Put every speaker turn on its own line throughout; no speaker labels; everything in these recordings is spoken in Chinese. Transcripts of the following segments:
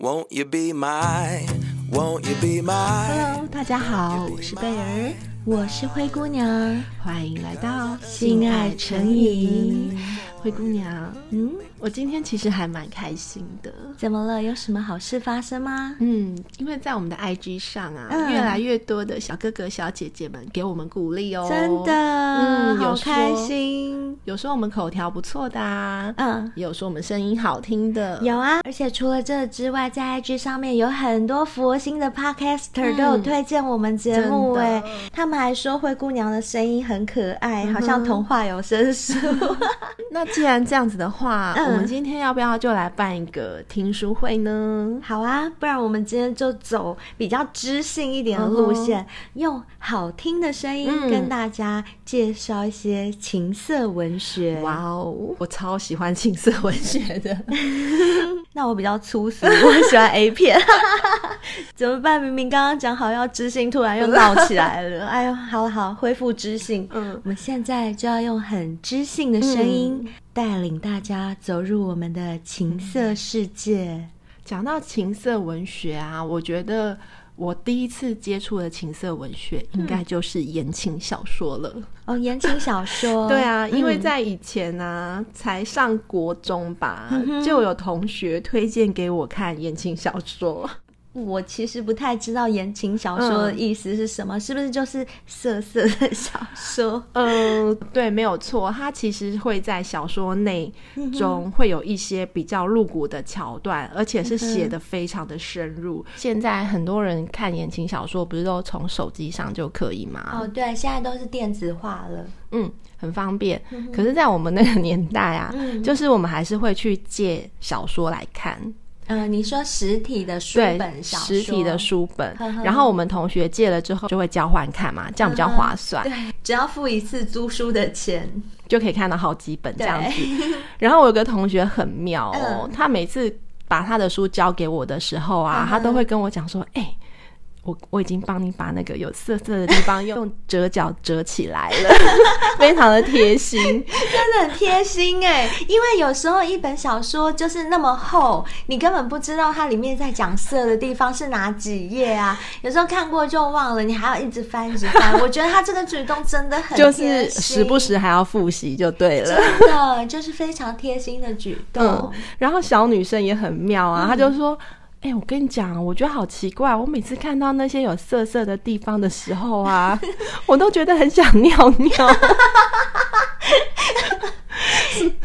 Won't you be my? Won't you be my?
Hello，大家好，我是贝儿，
我是灰姑娘，
欢迎来到
性爱成瘾。
灰姑娘，
嗯，
我今天其实还蛮开心的。
怎么了？有什么好事发生吗？
嗯，因为在我们的 IG 上啊，
嗯
越来越多的小哥哥、小姐姐们给我们鼓励哦，
真的，
嗯有
好
说
开心。
有说我们口条不错的啊，
嗯，
也有说我们声音好听的，
有啊，而且除了这之外，在 IG 上面有很多佛心的 podcaster 都有
嗯
推荐我们节目
真的
哎、他们还说灰姑娘的声音很可爱，好
嗯哼
像童话有声书。
那既然这样子的话，
嗯
我们今天要不要就来办一个听书会呢？
好啊，不然我们今天就走比较知性一点的路线，用好听的声音
嗯
跟大家介绍一些情色文学。
哇哦，我超喜欢情色文学的。
那我比较粗俗， 我喜欢 A 片， 怎么办？明明刚刚讲好要知性，突然又闹起来 了。哎呦，好好恢复知性。
嗯
我们现在就要用很知性的声音，带领大家走入我们的情色世界。
讲到情色文学啊，我觉得我第一次接触的情色文学应该就是言情小说了。
哦，言情小 说。
对啊，因为
嗯
在以前啊，才上国中吧，就有同学推荐给我看言情小说。
我其实不太知道言情小说的意思是什么，是不是就是色色的小说？
嗯， 对，没有错，它其实会在小说内中会有一些比较露骨的桥段，而且是写的非常的深入。现在很多人看言情小说，不是都从手机上就可以吗？
哦，对，现在都是电子化了。
嗯，很方便。可是，在我们那个年代啊，
嗯
就是我们还是会去借小说来看，
嗯、你说实体的书
对
本，小说，
实体的书本
呵。嗯呵
然后我们同学借了之后就会交换看嘛，这样比较划算，
对，只要付一次租书的钱。
就可以看到好几本这
对
样子。然后我有个同学很妙哦，
嗯
他每次把他的书交给我的时候啊，
嗯哼
他都会跟我讲说：“哎、我我已经帮你把那个有色色的地方用折角折起来了， 非常的贴心。
真的很贴心哎、因为有时候一本小说就是那么厚，你根本不知道它里面在讲色的地方是哪几页啊。有时候看过就忘了，你还要一直翻一直 翻。我觉得他这个举动真的很
就是
贴心
时不时还要复习就对了。”
真的就是非常贴心的举动。
嗯，然后小女生也很妙啊，她就说：“哎、我跟你讲，我觉得好奇怪，我每次看到那些有色色的地方的时候 啊，我都觉得很想尿 尿。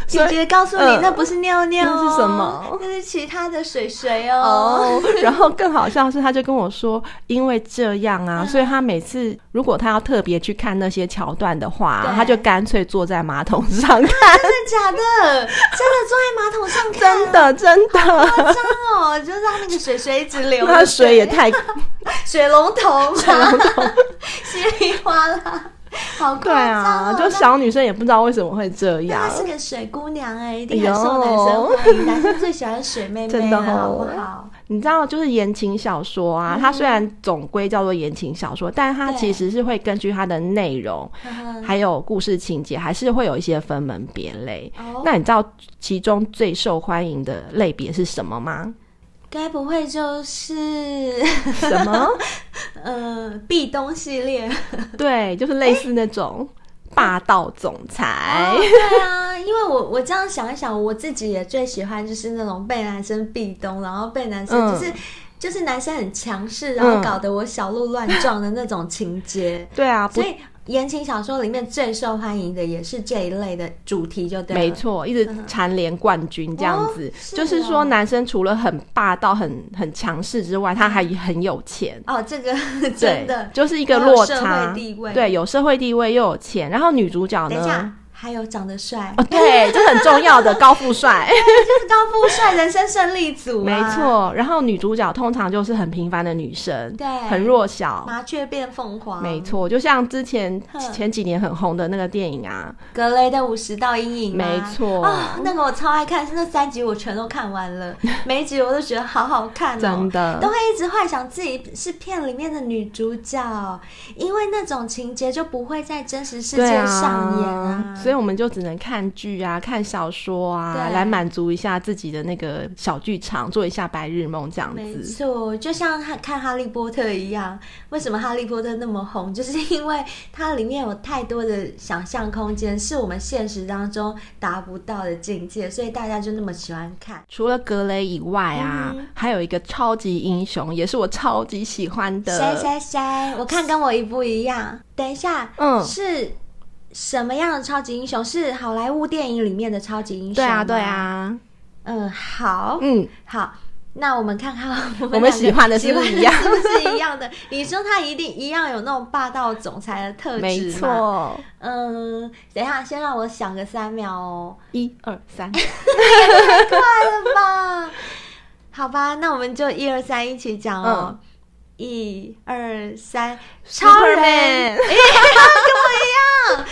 姐姐告诉你，
嗯
那不是尿尿、哦，
那是什么
那是其他的水水哦。
哦， 然后更好笑的是，她就跟我说，因为这样啊，所以她每次如果她要特别去看那些桥段的话、
对
她就干脆坐在马桶上 看，
真的假的？真的坐在马桶上看，
真的真的，
夸张哦，就是让那个水水一直流。
那水也太
水龙头，水龙头，稀里哗啦，好
对
夸张
啊，
哦！
就小女生也不知道为什么会这
那
样
她。是个水姑娘哎、一定很受男生欢迎，男生最喜欢水妹妹
真的
了，
哦
好不好？
你知道，就是言情小说
嗯
啊，它虽然总归叫做言情小说，但它
对
其实是会根据它的内容，
呵呵
还有故事情节，还是会有一些分门别类。
哦
那你知道其中最受欢迎的类别是什么 吗？
该不会就是
什么？
呃壁咚系列？
对，就是类似那种霸道总裁。
哦对啊，因为我我这样想一想，我自己也最喜欢就是那种被男生壁咚，然后被男生就是、就是男生很强势，然后
嗯
搞得我小鹿乱撞的那种情节。
对啊，不
所，以言情小说里面最受欢迎的也是这一类的主题，就对了。
没，错，一直缠连冠军这样子，
哦是
就是说
哦
男生除了很霸道、很很强势之外，他还很有钱。
哦，这个
对
真的。
就是一个
还有
落
社会
差，
地位
对，有社会地位又有钱，然后女主角
等一下
呢？，
还有长得帅，
哦， 对，这很重要的高富帅，
就是高富帅，人生胜利组、啊，
没，错。然后女主角通常就是很平凡的女生，
对
很弱小，
麻雀变凤凰，
没。错。就像之前
哼
前几年很红的那个电影啊，
格雷的五十道阴影吗，
没错
啊、那个我超爱看，那三集我全都看完 了，每一集我都觉得好好看、哦，
真的
都会一直幻想自己是片里面的女主角，因为那种情节就不会在真实世
对
界
啊，
上演啊，
所以我们就只能看剧啊、看小说啊，
对
来满足一下自己的那个小剧场，做一下白日梦这样
没
子。
错，就像他看《哈利波特》一样，为什么《哈利波特》那么红，就是因为它里面有太多的想象空间，是我们现实当中达不到的境界，所以大家就那么喜欢看。
除了格雷以外啊，
嗯
还有一个超级英雄，也是我超级喜欢的。
谁谁谁，我看跟我一不一样。等一下，
嗯
是什么样的超级英雄？是好莱坞电影里面的超级英雄？
对啊，对，啊，
嗯，好，
嗯，
好，那我们看看我们
我
两个
们喜欢的是
喜
不
欢
是一样
是不是 一样的？你说他一定一样有那种霸道总裁的特质，
没。错，
嗯，等一下，先让我想个三秒 哦，
一二三，
快了吧？好吧，那我们就一二三一起讲
嗯
哦。一二三，超人，哎
Superman
诶跟我一样，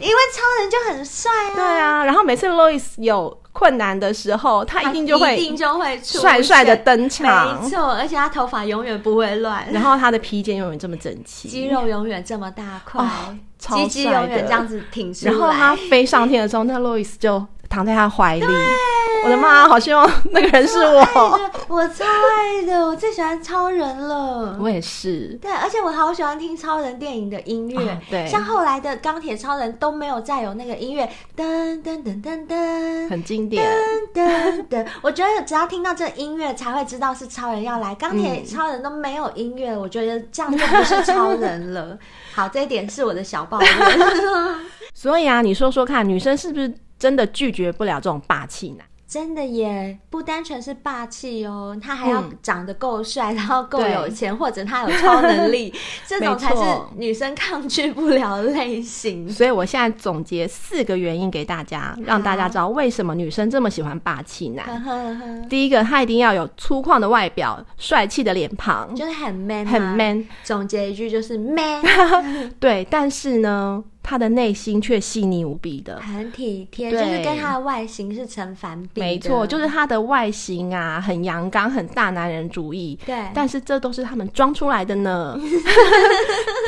因为超人就很帅啊。
对啊。然后每次 Lois 有困难的时候，啊他一定就
一定
会
就会出
帅帅的
现
登场
没，错，而且他头发永远不会乱，
然后他的披肩永远这么整齐，
肌肉永远这么大块
哦，超
啊鸡鸡
帅
永远
的
这样子挺直。
然后他飞上天的时候，那 Louis 就躺在他怀里。我的妈！好希望那个人是我。
我超爱的，我最喜欢超人了。
我也是，
对，而且我好喜欢听超人电影的音乐，
啊对
像后来的钢铁超人都没有再有那个音乐，噔噔噔噔噔。
很经典。
噔噔噔！我觉得只要听到这音乐，才会知道是超人要来。钢铁
嗯
超人都没有音乐，我觉得这样就不是超 人了。好，这一点是我的小抱怨。
所以啊，你说说看，女生是不是真的拒绝不了这种霸气男？
真的耶，不单纯是霸气哦，他还要
嗯
长得够帅，然后够
对
有钱，或者他有超能力， 这种才
嗯
是
没错
女生抗拒不了的类型。
所以我现在总结四个原因给大家，让大家知道为什么女生这么喜欢霸气
呵
男。
呵呵，
第一个，他一定要有粗犷的外表、帅气的脸庞，
就是很 man，、啊
很。man。
总结一句就 是 man，
对，但是呢，他的内心却细腻无比的。
很体贴，就
对
是跟他的外形是成反比的。
没错，就是他的外形啊，很阳刚，很大男人主义。
对
但是这都是他们装出来的 呢。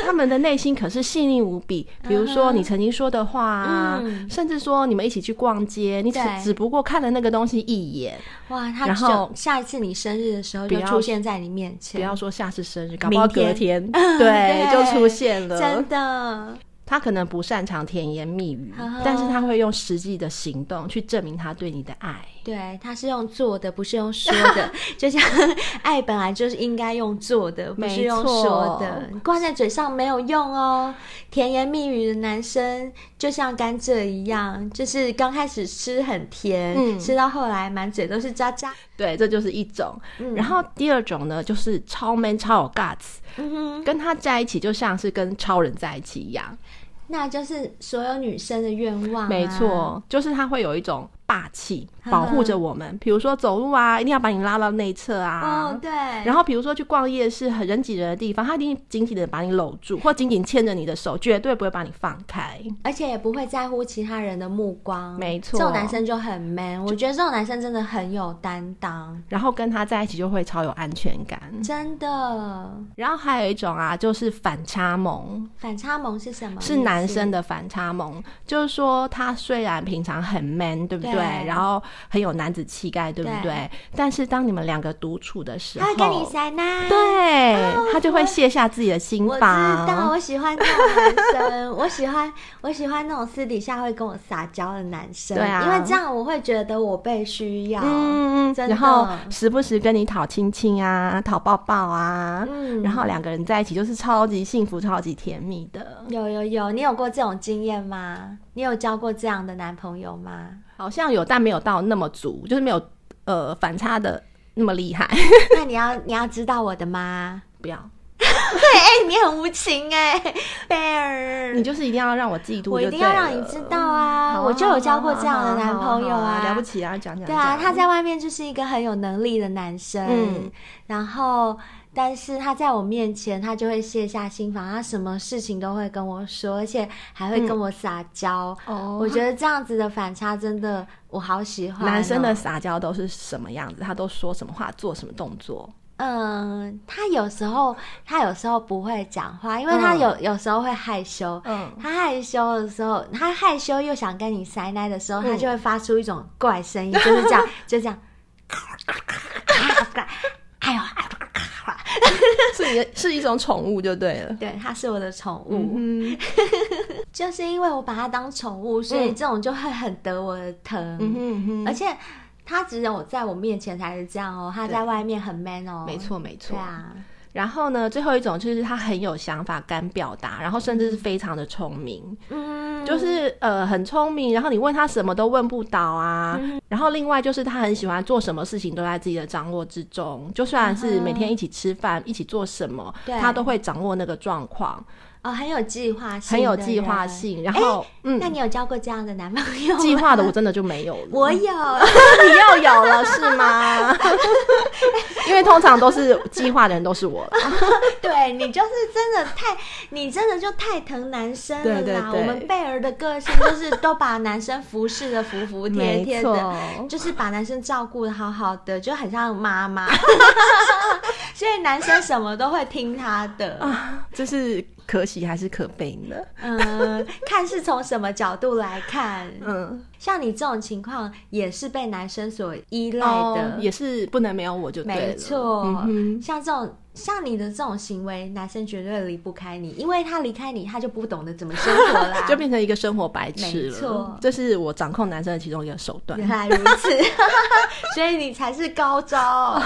他们的内心可是细腻无比。比如说你曾经说的话啊，
嗯
甚至说你们一起去逛街，你只
对
只不过看了那个东西一眼，
哇，他
然后
就下一次你生日的时候
不
就
要
出现在你面
不
前，
要说下次生日，搞不好
明天
隔天，对，就出现了
真。的，
他可能不擅长甜言蜜语
呵呵，
但是他会用实际的行动去证明他对你的爱。
对，他是用做的，不是用说 的。就像爱本来就是应该用做的，不是
没
用
错
说的。挂在嘴上没有用哦。甜言蜜语的男生就像甘蔗一样，就是刚开始吃很甜，
嗯
吃到后来满嘴都是渣渣。
对，这就是一种。
嗯
然后第二种呢，就是超 man 超有 guts，
嗯哼，
跟他在一起就像是跟超人在一起一样。
那就是所有女生的愿望、啊
没。错，就是他会有一种霸气，
呵呵
保护着我们。比如说走路啊，一定要把你拉到内侧啊。
哦，对。
然后比如说去逛夜市，很人挤人的地方，他一定紧紧的把你搂住，或紧紧牵着你的手，绝对不会把你放开。
而且也不会在乎其他人的目光，
没错
这种男生就很 man，我觉得这种男生真的很有担当，
然后跟他在一起就会超有安全感。
真的。
然后还有一种啊，就是反差萌。
反差萌哦是什么意思？
是男生的反差萌，就是说他虽然平常很 man，对不对？
对
然后很有男子气概，对不对？
对
但是当你们两个独处的时候，
他会跟你塞奶。
对、
哦
他就会卸下自己的心
我知道，
防。
我喜欢那种男生， 我喜欢我喜欢那种私底下会跟我撒娇的男生，
对啊
因为这样我会觉得我被需要，
嗯，
真的
然后时不时跟你讨亲亲啊，讨抱抱啊，
嗯
然后两个人在一起就是超级幸福、超级甜蜜的。
有有有，你有过这种经验吗？你有交过这样的男朋友 吗？
好像有，但没有到那么足，就是没有呃反差的那么厉害。
那你要你要知道我的吗？
不要，
对，哎、你很无情哎、贝尔，
你就是一嗯定要让我嫉妒，
我一定要让你知道啊！我就有交过这样的男朋友啊，
了不起啊，讲讲。
对啊，他在外面就是一个很有能力的男生，
嗯
然后但是他在我面前，他就会卸下心防，他什么事情都会跟我说，而且还会跟我撒娇。
嗯哦
我觉得这样子的反差真的我好喜欢哦、
男生的撒娇都是什么样子？他都说什么话，做什么动作？
嗯，他有时候他有时候不会讲话，因为他
嗯
有、有时候会害羞。
嗯
他害羞的时候，他害羞又想跟你塞奶的时候，
嗯
他就会发出一种怪声音，就是这 样，就这样。哎呦，
是你的是一种宠物就对了。
对，它是我的宠物。
嗯
就是因为我把它当宠物，所以
嗯
这种就会很得我的疼，
哼，嗯哼，
而且它只有在我面前才是这样哦，它在外面很 man 哦，
没，错没错。
对啊，
然后呢，最后一种就是他很有想法、敢表达，然后甚至是非常的聪明，
嗯，
就是呃很聪明。然后你问他什么都问不倒啊。
嗯
然后另外就是他很喜欢做什么事情都在自己的掌握之中，就算是每天一起吃饭、一起做什么，
对
他都会掌握那个状况，
哦，很有计划性，
很有计划。性。然后、
那
嗯，
你有交过这样的男朋友吗？
计划的我真的就没有了。
我有，
你又有了是 吗？因为通常都是计划的人都是我了。
对你就是真的太， 你真的就太疼男生了啦。
对对对
我们贝儿的个性就是都把男生服侍的服服帖帖的，
没错
就是把男生照顾的好好的，就很像妈妈。 所以男生什么都会听他的，
啊，这是可喜还是可悲呢？
嗯，看是从什么角度来看。
嗯，
像你这种情况也是被男生所依赖
哦
的，，
也是不能没有我就对了
没错，
嗯哼
像这种像你的这种行为，男生绝对离不开你，因为他离开你，他就不懂得怎么生活
。
啦
就变成一个生活白痴
没错
了，这是我掌控男生的其中一个手段
原。来如 此，所以你才是高招。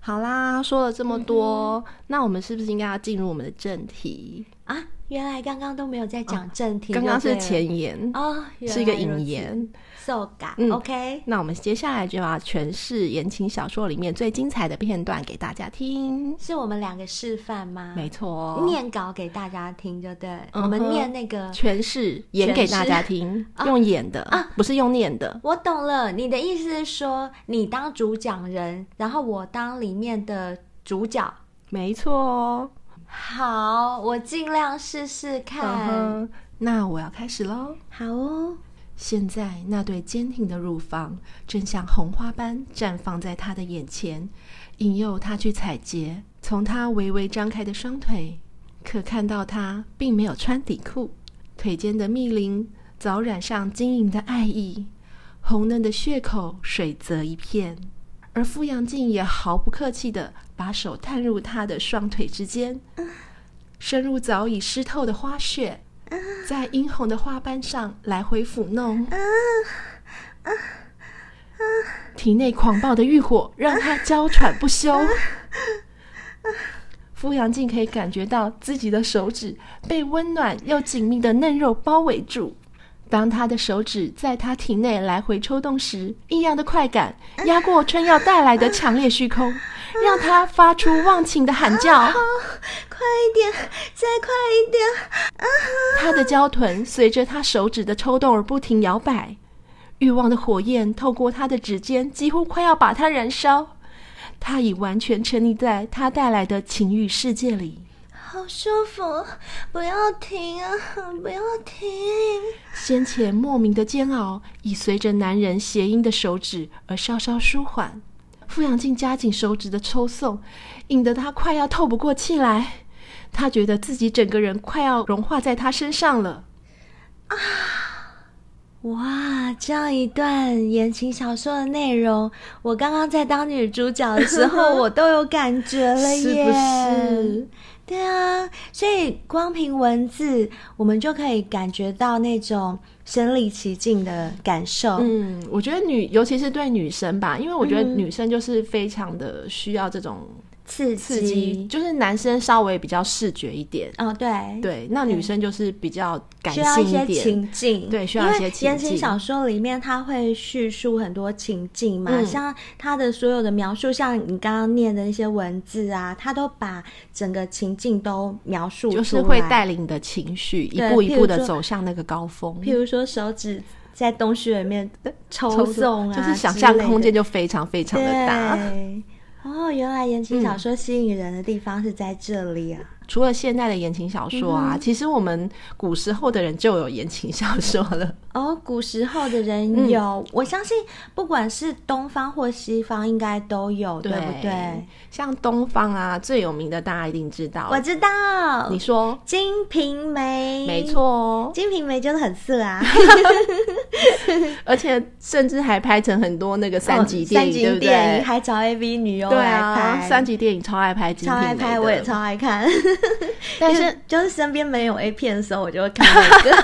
好啦，说了这么
嗯
多，那我们是不是应该要进入我们的正题？
啊！原来刚刚都没有在讲正题就
哦刚
对了，
刚是前言，
哦，原来
是一个
如
引
此，
言。
受感。
嗯
OK，
那我们接下来就要诠释言情小说里面最精彩的片段给大家听。
是我们两个示范吗？
没错，
念稿给大家听就对，
嗯哼
我们念那个。
诠释演给大家听，用演的
啊
不是用念的。
我懂了，你的意思是说你当主讲人，然后我当里面的主角，
没错哦。
好，我尽量试试看。
嗯哼，那我要开始喽。
好哦，
现在那对坚挺的乳房正像红花般绽放在他的眼前，引诱他去采撷。从他微微张开的双腿，可看到他并没有穿底裤，腿间的密林早染上晶莹的爱意，红嫩的血口水泽一片。而傅阳静也毫不客气地把手探入他的双腿之间，深入早已湿透的花穴。在殷红的花瓣上来回抚弄。体内狂暴的欲火让他娇喘不休。傅阳静可以感觉到自己的手指被温暖又紧密的嫩肉包围住。当他的手指在他体内来回抽动时，异样的快感压过春药带来的强烈虚空，让他发出忘情的喊叫。
哦快一点，再快一点！
他的娇臀随着他手指的抽动而不停摇摆，欲望的火焰透过他的指尖，几乎快要把他燃烧。他已完全沉溺在他带来的情欲世界里。
好舒服，不要停啊，不要停！
先前莫名的煎熬，已随着男人谐音的手指而稍稍舒缓。傅阳静加紧手指的抽送，引得他快要透不过气来。他觉得自己整个人快要融化在他身上了。
哇，这样一段言情小说的内容，我刚刚在当女主角的时候，我都有感觉 了耶！？？对啊，所以光凭文字，我们就可以感觉到那种身临其境的感受。
嗯，我觉得女，尤其是对女生吧，因为我觉得
嗯
女生就是非常的需要这种
刺激，
刺激，就是男生稍微比较视觉一点，
哦，对，
对，那女生就是比较感
需要一
性
些
点。
情境，
对需要一些情
因为言情
境
小说里面，它会叙述很多情境嘛，
嗯
像它的所有的描述，像你刚刚念的那些文字啊，它都把整个情境都描述出
就
来，
是会带领你的情绪，一
对
步一
譬
步
如
的
说
走向那个高峰。
譬如说手指在东西里面 抽送啊，
就是想象空间就
就
非常非常的大。嗯
哦，原来言情小说吸引人的地方是在这里啊！
除了现代的言情小说
嗯
啊，其实我们古时候的人就有言情小说了。
哦，古时候的
嗯
人有，我相信不管是东方或西方，应该都有，对不对？
像东方啊，最有名的大家一定知道
我。知道，嗯
你说
《金瓶梅》
没错，哦，
《金瓶梅》真的很色啊，
而且甚至还拍成很多那个三 级电
哦三
影，
级
对不
电影
对？
还找 AV 女优
对
来
啊，
拍，
三级电影超爱拍《金
超
瓶梅》
爱拍，
的
我也超爱看。
但
就是是就是身边没有 A 片的时候，我就会看那个。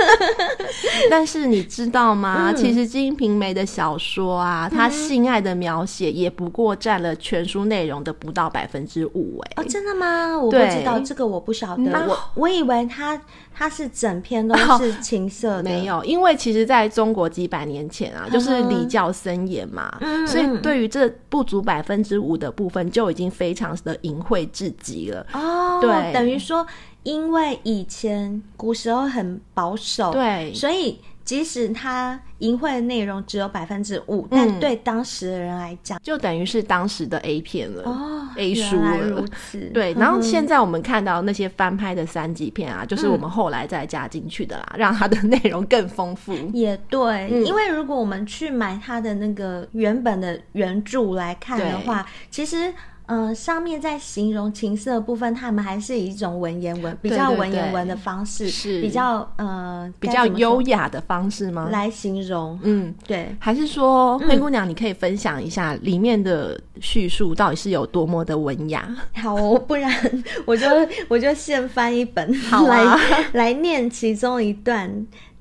但是你知道吗？
嗯
其实金瓶梅的小说啊，它性爱的描写也不过占了全书内容的不到百分之五，哎、
哦，真的吗？我不
对
知道这个，我不晓得。
那
我我以为他他是整篇都是情色的，
没。有，因为其实在中国几百年前啊，就是礼教森严嘛，
嗯
所以对于这不足百分之五的部分，就已经非常的淫秽至极了。
哦，
对
等于说，因为以前古时候很保守，，
对，
所以即使他淫秽的内容只有百分之
嗯
五，但对当时的人来讲，
就等于是当时的 A 片了、
哦
a 书
原来
了
如。此，
对，然后
嗯
现在我们看到那些翻拍的三级片啊，就是我们后来再加进去的啦， 让它的内容更丰 富。
也对，
嗯
因为如果我们去买它的那个原本的原著来看的话，其实。嗯、上面在形容情色的部分，他们还是以一种文言文，比
对
较
对
文言
对
文的方式，
是
比较呃
比
该
较
怎么
优
说
雅的方式吗？
来嗯形容。
嗯，
对，
还是说灰姑娘，你可以分享一下里面的叙述到底是有多么的文雅？
好哦，不然 我就我就现翻一本，
好啊
来来念其中一段，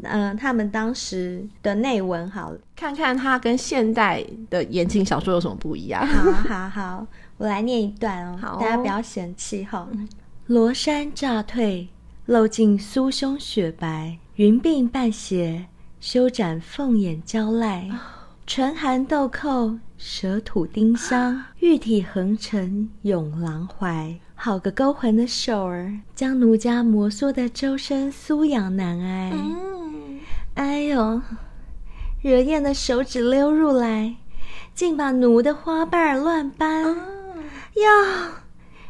嗯、他们当时的内文好了。
看看它跟现代的言情小说有什么不一样？
好好好，我来念一段哦，
好哦嗯
大家不要嫌弃哈、罗衫乍退，露尽酥胸雪白，云鬓半斜，修展凤眼娇睐，
啊
唇含豆蔻，舌吐丁
啊
香，玉体横陈咏郎怀。好个勾魂的手儿，将奴家摩挲的周身酥痒难挨。
嗯
哎呦，惹艳的手指溜入来，竟把奴的花瓣儿乱扳。
啊
哟，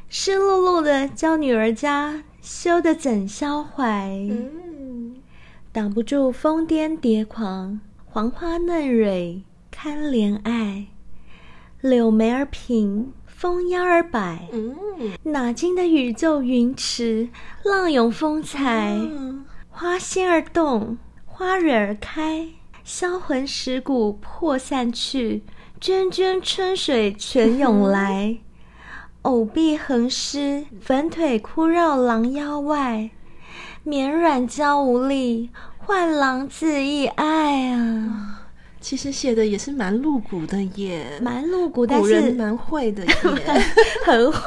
湿漉漉的教女儿家，羞得怎消怀？挡不住疯癫癫狂，黄花嫩蕊堪怜爱，柳眉儿颦，风腰儿摆，哪经得宇宙云池，浪涌风采。
嗯
花心儿动，花蕊儿开，销魂蚀骨破散去，涓涓春水泉涌
嗯
来。藕臂横尸，粉腿枯绕狼腰外，绵软娇无力，换郎自意爱
嗯
啊，
其实写的也是蛮露骨的耶，
蛮露骨，但
古人
是
蛮会的耶，
很会，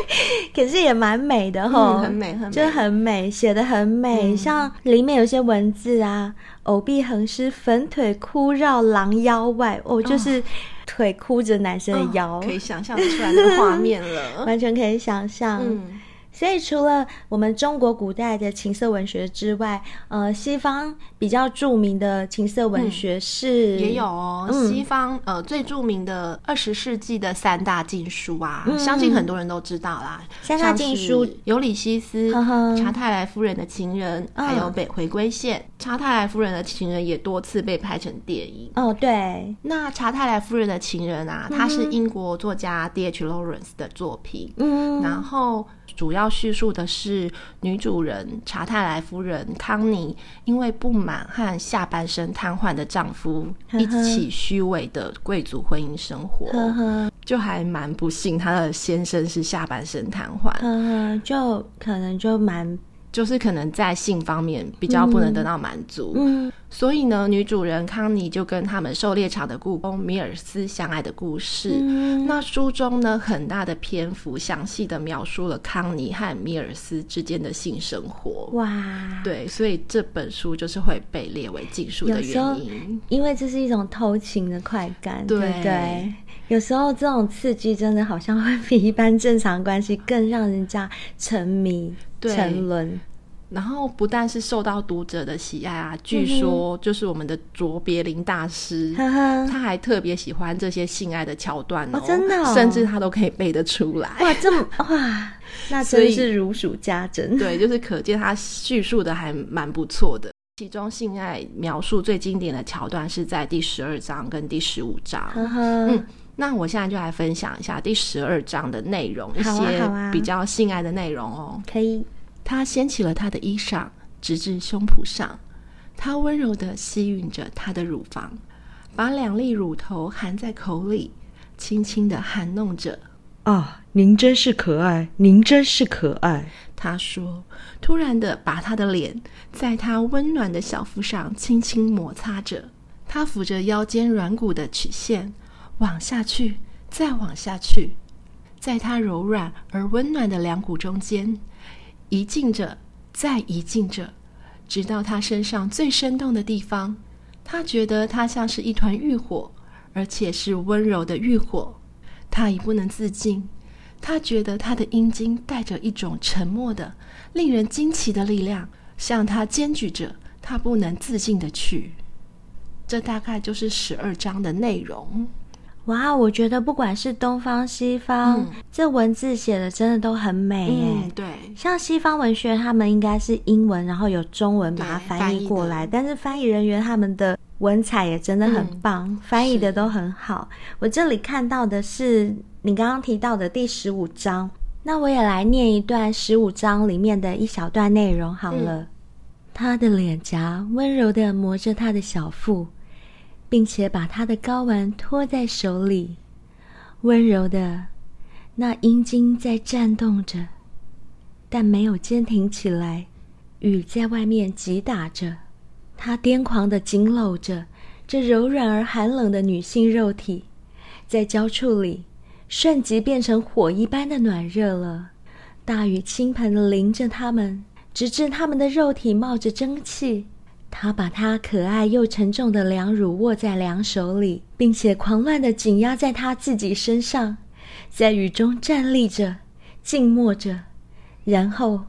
可是也蛮美的吼、
嗯很美 很美嗯
就是很美，写的很美、像里面有些文字啊，藕臂横尸，粉腿枯绕狼腰外，哦，就是腿箍着男生的腰，
哦可以想象出来那个画面 了。
完全可以想象。
嗯，
所以，除了我们中国古代的情色文学之外，呃，西方比较著名的情色文学是、
嗯也有哦，
嗯
西方呃最著名的二十世纪的三大禁书啊，
嗯
相信很多人都知道啦。
三大禁书
像是尤里西斯
呵呵、
查泰莱夫人的情人，
嗯
还有北回归线。查泰莱夫人的情人也多次被拍成电影。
哦，对，
那查泰莱夫人的情人啊，它是英国作家 D.H. Lawrence 的作品。
嗯，
然后主要叙述的是女主人查泰莱夫人康妮，因为不满和下半身瘫痪的丈夫
呵呵
一起虚伪的贵族婚姻生活，
嗯呵呵
就还蛮不幸，她的先生是下半身瘫痪，
呵呵，就可能就蛮
就是可能在性方面比较不能得到满足，
嗯
所以呢，女主人康妮就跟他们狩猎场的故宫米尔斯相爱的故事。
嗯
那书中呢，很大的篇幅详细的描述了康妮和米尔斯之间的性生活。
哇，
对，所以这本书就是会被列为禁书的
有时候
原因。
因为这是一种偷情的快感，对
对
不对？有时候这种刺激真的好像会比一般正常关系更让人家沉迷、
对
沉沦。
然后不但是受到读者的喜爱啊，据说就是我们的卓别林大师，
呵呵
他还特别喜欢这些性爱的桥段嗯哦，
哦真的哦
甚至他都可以背得出来。
哇，这么哇，那
所
真
以
是如数家珍。
对，就是可见他叙述的还蛮不错的。其中性爱描述最经典的桥段是在第十二章跟第十五章。
呵
嗯
呵，
那我现在就来分享一下第十二章的内容，一
好啊
些
好啊
比较性爱的内容哦。
可以。
他掀起了她的衣裳，直至胸脯上。他温柔地吸吮着她的乳房，把两粒乳头含在口里，轻轻地含弄着。
啊，您真是可爱，您真是可爱。
他说，突然地把她的脸在她温暖的小腹上轻轻摩擦着。他抚着腰间软骨的曲线，往下去，再往下去，在她柔软而温暖的两股中间，移进着，再移进着，直到他身上最生动的地方。他觉得他像是一团浴火，而且是温柔的浴火。他已不能自禁，他觉得他的阴茎带着一种沉默的、令人惊奇的力量，向他检举着。他不能自禁的去。这大概就是十二章的内容。
哇，我觉得不管是东方西方，
嗯
这文字写的真的都很美耶。
嗯，对，
像西方文学，他们应该是英文，然后有中文把它
对
翻
翻
译
译
过
的
来，但是翻译人员他们的文采也真的很
嗯
棒，翻译的
是
都很好。我这里看到的是你刚刚提到的第十五章，那我也来念一段十五章里面的一小段内容好了。他的脸颊温柔地磨着他的小腹，并且把他的睾丸托在手里，温柔的，那阴茎在颤动着，但没有坚挺起来，雨在外面击打着，他癫狂地紧搂着这柔软而寒冷的女性肉体，在交触里瞬即变成火一般的暖热了。大雨倾盆地淋着他们，直至他们的肉体冒着蒸汽。他把他可爱又沉重的两乳握在两手里，并且狂乱地紧压在他自己身上，在雨中站立着，静默着，然后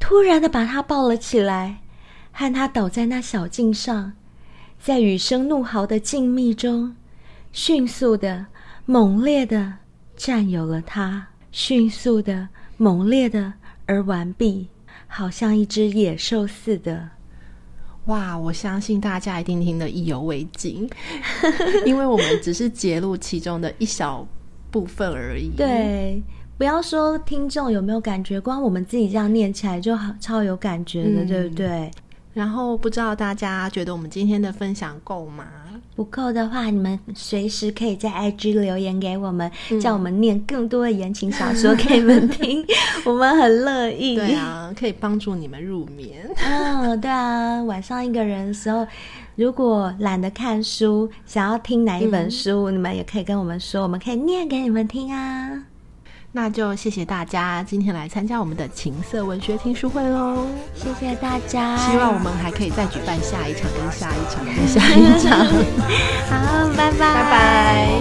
突然地把他抱了起来，和他倒在那小径上，在雨声怒嚎的静谧中，迅速的、猛烈的占有了他，迅速的、猛烈的而完毕，好像一只野兽似的。
嗯哇，我相信大家一定听得意犹未 尽，因为我们只是揭露其中的一小部分而已。，
对，不要说听众有没有感觉，光我们自己这样念起来就好超有感觉的，
嗯
对不对？
然后不知道大家觉得我们今天的分享够吗？
不够的话，你们随时可以在 IG 留言给我们，
嗯
叫我们念更多的言情小说给你们听， 我们很乐意。
对啊，可以帮助你们入眠。
嗯，对啊，晚上一个人的时候，如果懒得看书，想要听哪一本书，
嗯
你们也可以跟我们说，我们可以念给你们听啊。
那就谢谢大家今天来参加我们的情色文学听书会喽。
谢谢大家，
希望我们还可以再举办下一场跟下一场跟下一场。
好，拜拜，拜
拜拜。